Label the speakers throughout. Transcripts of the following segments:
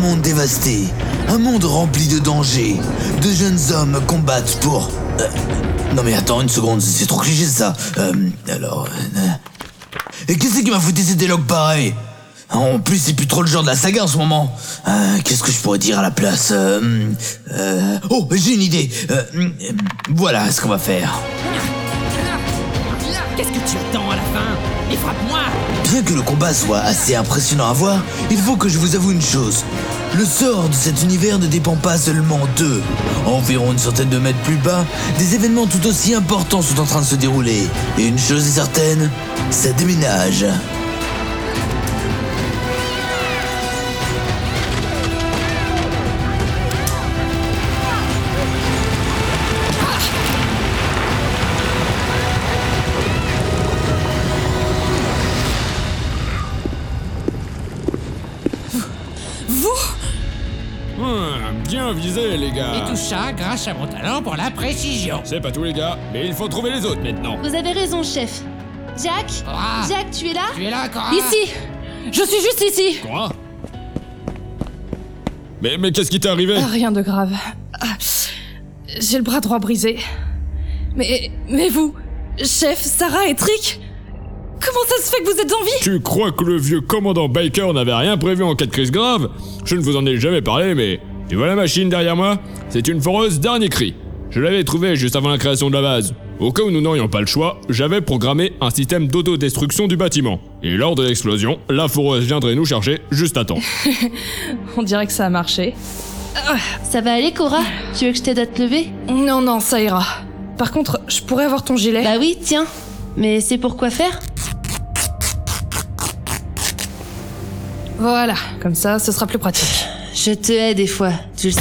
Speaker 1: monde dévasté, un monde rempli de dangers. De jeunes hommes combattent pour... euh, non mais attends une seconde, c'est trop cliché ça. Euh, alors... euh, et qu'est-ce qui m'a foutu ces dialogues pareils En plus, c'est plus trop le genre de la saga en ce moment. Euh, qu'est-ce que je pourrais dire à la place Euh, hum, euh, Oh, j'ai une idée. Euh, hum, hum, voilà ce qu'on va faire.
Speaker 2: Qu'est-ce que tu attends à la fin Et frappe-moi
Speaker 1: Bien que le combat soit assez impressionnant à voir, il faut que je vous avoue une chose. Le sort de cet univers ne dépend pas seulement d'eux. Environ une centaine de mètres plus bas, des événements tout aussi importants sont en train de se dérouler. Et une chose est certaine, ça déménage.
Speaker 3: Vous
Speaker 4: Hmm, bien visé, les
Speaker 2: Et
Speaker 5: Ah.
Speaker 4: gars.
Speaker 2: tout ça grâce à mon talent pour la précision.
Speaker 4: C'est pas tout, les gars, mais il faut trouver les autres maintenant.
Speaker 6: Vous avez raison, chef. Jack
Speaker 2: Ah.
Speaker 6: Jack, tu es là
Speaker 2: Tu es là, Cora
Speaker 3: Ici Je suis juste ici
Speaker 4: Quoi Mais, mais qu'est-ce qui t'est arrivé
Speaker 3: Ah, Rien de grave. Ah, J'ai le bras droit brisé. Mais. Mais vous Chef, Sarah et Trick Comment ça se fait que vous êtes en vie
Speaker 4: Tu crois que le vieux commandant Baker n'avait rien prévu en cas de crise grave Je ne vous en ai jamais parlé, mais tu vois la machine derrière moi C'est une foreuse dernier cri. Je l'avais trouvée juste avant la création de la base. Au cas où nous n'aurions pas le choix, j'avais programmé un système d'autodestruction du bâtiment. Et lors de l'explosion, la foreuse viendrait nous chercher juste à temps.
Speaker 3: On dirait que ça a marché.
Speaker 6: Ça va aller, Cora Tu veux que je t'aide à te lever
Speaker 3: Non, non, ça ira. Par contre, je pourrais avoir ton gilet.
Speaker 6: Bah oui, tiens. Mais c'est pour quoi faire
Speaker 3: Voilà. Comme ça, ce sera plus pratique.
Speaker 6: Je te hais des fois, tu le sais.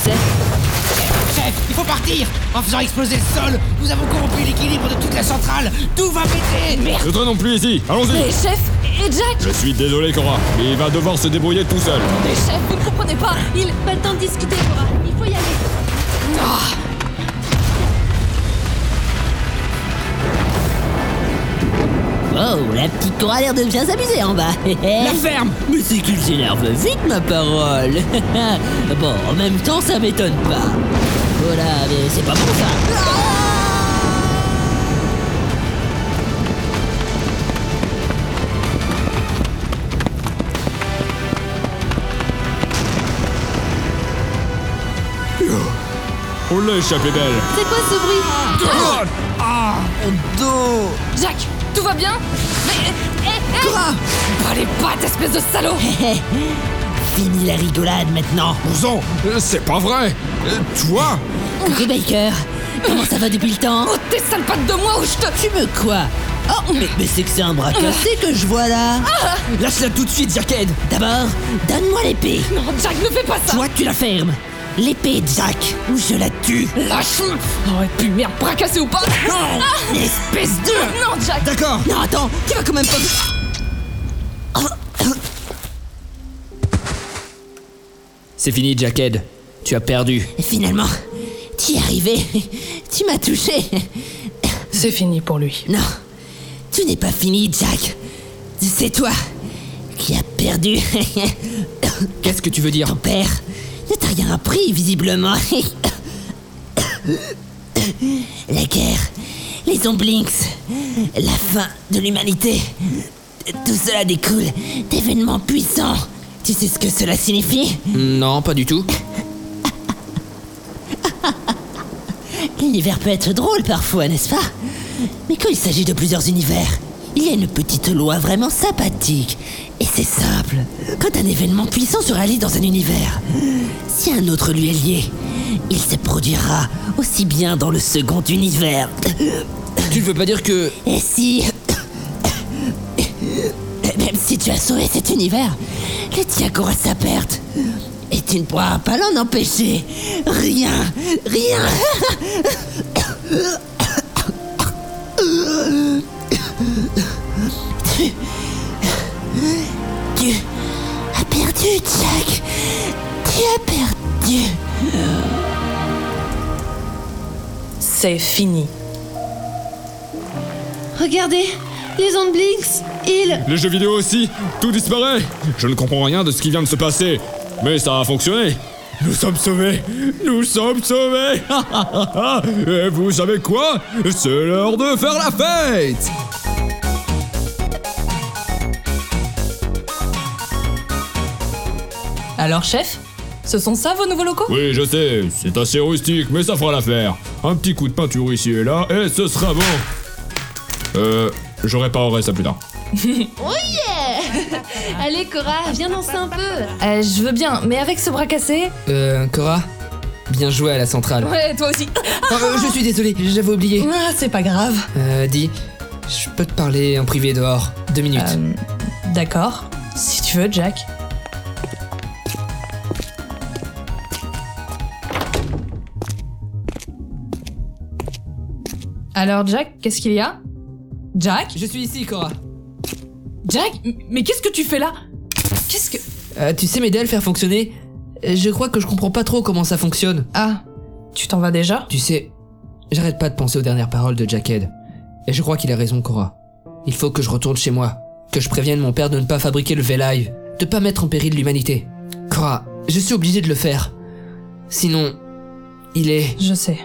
Speaker 2: Chef, il faut partir En faisant exploser le sol, nous avons corrompu l'équilibre de toute la centrale Tout va péter Merde
Speaker 4: Ne traînons plus ici, allons-y
Speaker 3: Mais chef et Jack
Speaker 4: Je suis désolé, Cora, mais il va devoir se débrouiller tout seul.
Speaker 3: Mais chef, vous ne comprenez pas Il.
Speaker 6: Pas le temps de discuter, Cora. Il faut y aller.
Speaker 7: Oh, la petite Cora a l'air de bien s'amuser en bas.
Speaker 2: La ferme
Speaker 7: Mais c'est qu'il s'énerve vite, ma parole. bon, en même temps, ça m'étonne pas. Voilà, mais c'est pas bon ça.
Speaker 4: On l'a Oh, échappé belle.
Speaker 6: C'est quoi ce bruit
Speaker 2: Ah,
Speaker 1: Dos
Speaker 3: Jack, tout va bien Mais. eh, Cora Pas les pattes, espèce de salaud
Speaker 7: Fini la rigolade maintenant.
Speaker 4: Ouzan, Euh, c'est pas vrai Euh, Toi
Speaker 7: Coucou Baker, comment ça va depuis le temps
Speaker 3: Oh, tes sales pattes de moi ou je te.
Speaker 7: Tu me quoi Oh, mais, mais c'est que c'est un bras cassé que je vois là
Speaker 3: Ah.
Speaker 7: Lâche-la tout de suite, Jackhead D'abord, donne-moi l'épée
Speaker 3: Non, Jack, ne fais pas ça
Speaker 7: Toi, tu la fermes L'épée, Jack, ou je la tue
Speaker 3: Lâche-moi Oh, et puis merde, bras cassé ou pas
Speaker 7: Espèce de...
Speaker 3: Ah. Non, Jack
Speaker 7: D'accord Non, attends, tu vas quand même pas... Oh,
Speaker 5: C'est fini, Jackhead. Tu as perdu.
Speaker 7: Finalement, tu y es arrivé. Tu m'as touché.
Speaker 3: C'est fini pour lui.
Speaker 7: Non, tu n'es pas fini, Jack. C'est toi qui as perdu.
Speaker 5: Qu'est-ce que tu veux dire
Speaker 7: Ton père ne t'a rien appris, visiblement. La guerre, les omblinks, la fin de l'humanité. Tout cela découle d'événements puissants. Tu sais ce que cela signifie
Speaker 5: Non, pas du tout.
Speaker 7: L'univers peut être drôle parfois, n'est-ce pas Mais quand il s'agit de plusieurs univers, il y a une petite loi vraiment sympathique. Et c'est simple. Quand un événement puissant se réalise dans un univers, si un autre lui est lié, il se produira aussi bien dans le second univers.
Speaker 5: Tu ne veux pas dire que...
Speaker 7: Et si... Même si tu as sauvé cet univers, le tien courra sa perte. Et tu ne pourras pas l'en empêcher. Rien, rien. Tu... Tu as perdu, Jack. Tu as perdu.
Speaker 3: C'est fini.
Speaker 6: Regardez, les ondes Blinks, ils...
Speaker 4: Les jeux vidéo aussi Tout disparaît Je ne comprends rien de ce qui vient de se passer.
Speaker 8: Mais ça a fonctionné. Nous sommes sauvés Nous sommes sauvés Et vous savez quoi C'est l'heure de faire la fête
Speaker 3: Alors, chef Ce sont ça vos nouveaux locaux
Speaker 8: Oui, je sais, c'est assez rustique, mais ça fera l'affaire. Un petit coup de peinture ici et là, et ce sera bon. Euh, je réparerai ça plus tard.
Speaker 6: Allez, Cora, viens danser un peu.
Speaker 3: Euh, Je veux bien, mais avec ce bras cassé.
Speaker 5: Euh, Cora Bien joué à la centrale.
Speaker 3: Ouais, toi aussi.
Speaker 5: Ah, euh, je suis désolé, j'avais oublié.
Speaker 3: Ah, c'est pas grave.
Speaker 5: Euh, dis, je peux te parler en privé dehors. Deux minutes.
Speaker 3: Euh, D'accord. Si tu veux, Jack. Alors, Jack, qu'est-ce qu'il y a Jack
Speaker 5: Je suis ici, Cora.
Speaker 3: Jack M- Mais qu'est-ce que tu fais là Qu'est-ce que...
Speaker 5: Euh, tu sais m'aider à le faire fonctionner Euh, Je crois que je comprends pas trop comment ça fonctionne.
Speaker 3: Ah, tu t'en vas déjà
Speaker 5: Tu sais, j'arrête pas de penser aux dernières paroles de Jackhead. Et je crois qu'il a raison, Cora. Il faut que je retourne chez moi. Que je prévienne mon père de ne pas fabriquer le V-Live. De pas mettre en péril l'humanité. Cora, je suis obligé de le faire. Sinon, il est...
Speaker 3: Je sais.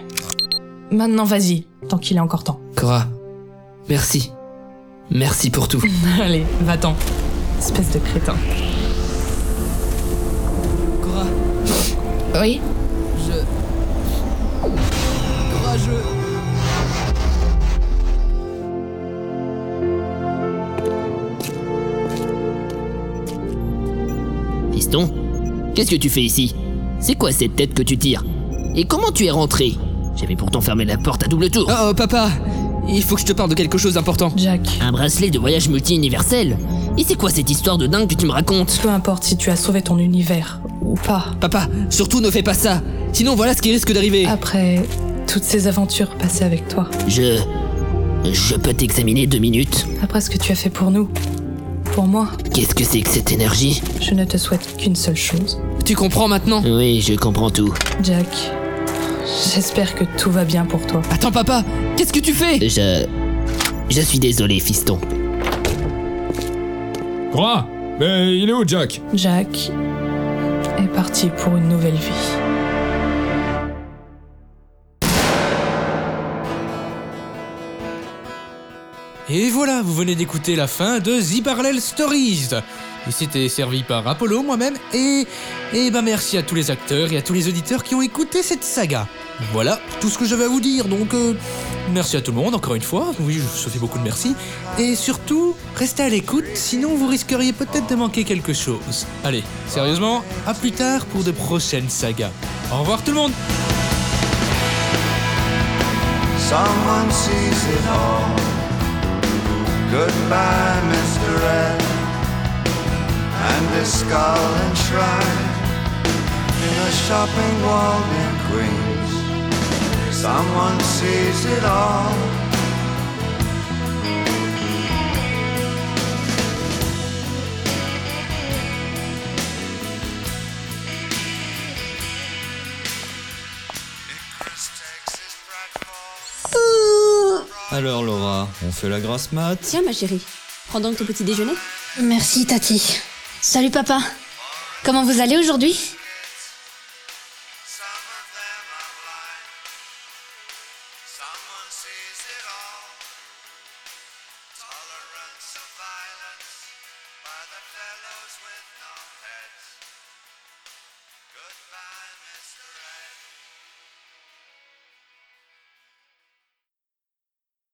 Speaker 3: Maintenant, vas-y, tant qu'il est encore temps.
Speaker 5: Cora, merci. Merci pour tout.
Speaker 3: Allez, va-t'en. Espèce de crétin.
Speaker 5: Cora,
Speaker 3: Oui
Speaker 5: je... Cora, je...
Speaker 7: Fiston Qu'est-ce que tu fais ici C'est quoi cette tête que tu tires Et comment tu es rentré J'avais pourtant fermé la porte à double tour.
Speaker 5: Oh, papa Il faut que je te parle de quelque chose d'important.
Speaker 3: Jack,
Speaker 7: Un bracelet de voyage multi-universel Et c'est quoi cette histoire de dingue que tu me racontes
Speaker 3: peu importe si tu as sauvé ton univers ou pas,
Speaker 5: Papa, surtout ne fais pas ça Sinon voilà ce qui risque d'arriver
Speaker 3: après toutes ces aventures passées avec toi,
Speaker 7: Je... Je peux t'examiner deux minutes
Speaker 3: après ce que tu as fait pour nous, pour moi,
Speaker 7: Qu'est-ce que c'est que cette énergie
Speaker 3: je ne te souhaite qu'une seule chose.
Speaker 5: Tu comprends maintenant
Speaker 7: Oui, je comprends tout.
Speaker 3: Jack, j'espère que tout va bien pour toi.
Speaker 5: Attends papa, qu'est-ce que tu fais
Speaker 7: Je... Je suis désolé, fiston.
Speaker 8: Quoi Mais il est où, Jack
Speaker 3: Jack est parti pour une nouvelle vie.
Speaker 4: Et voilà, vous venez d'écouter la fin de The Parallel Stories. Et c'était servi par Apollo, moi-même, et... Et ben merci à tous les acteurs et à tous les auditeurs qui ont écouté cette saga. Voilà tout ce que j'avais à vous dire, donc... euh, merci à tout le monde, encore une fois. Oui, je vous fais beaucoup de merci. Et surtout, restez à l'écoute, sinon vous risqueriez peut-être de manquer quelque chose. Allez, sérieusement, à plus tard pour de prochaines sagas. Au revoir tout le monde
Speaker 9: Someone sees it all. Goodbye, Mr. Ed, and his skull enshrined in a shopping wall in Queens. Someone sees it all. Ignorance takes its prideful
Speaker 10: Alors Laura, on fait la grasse mat
Speaker 11: Tiens, ma chérie, prends donc ton petit déjeuner.
Speaker 6: Merci, Tati. Salut, papa. Comment vous allez aujourd'hui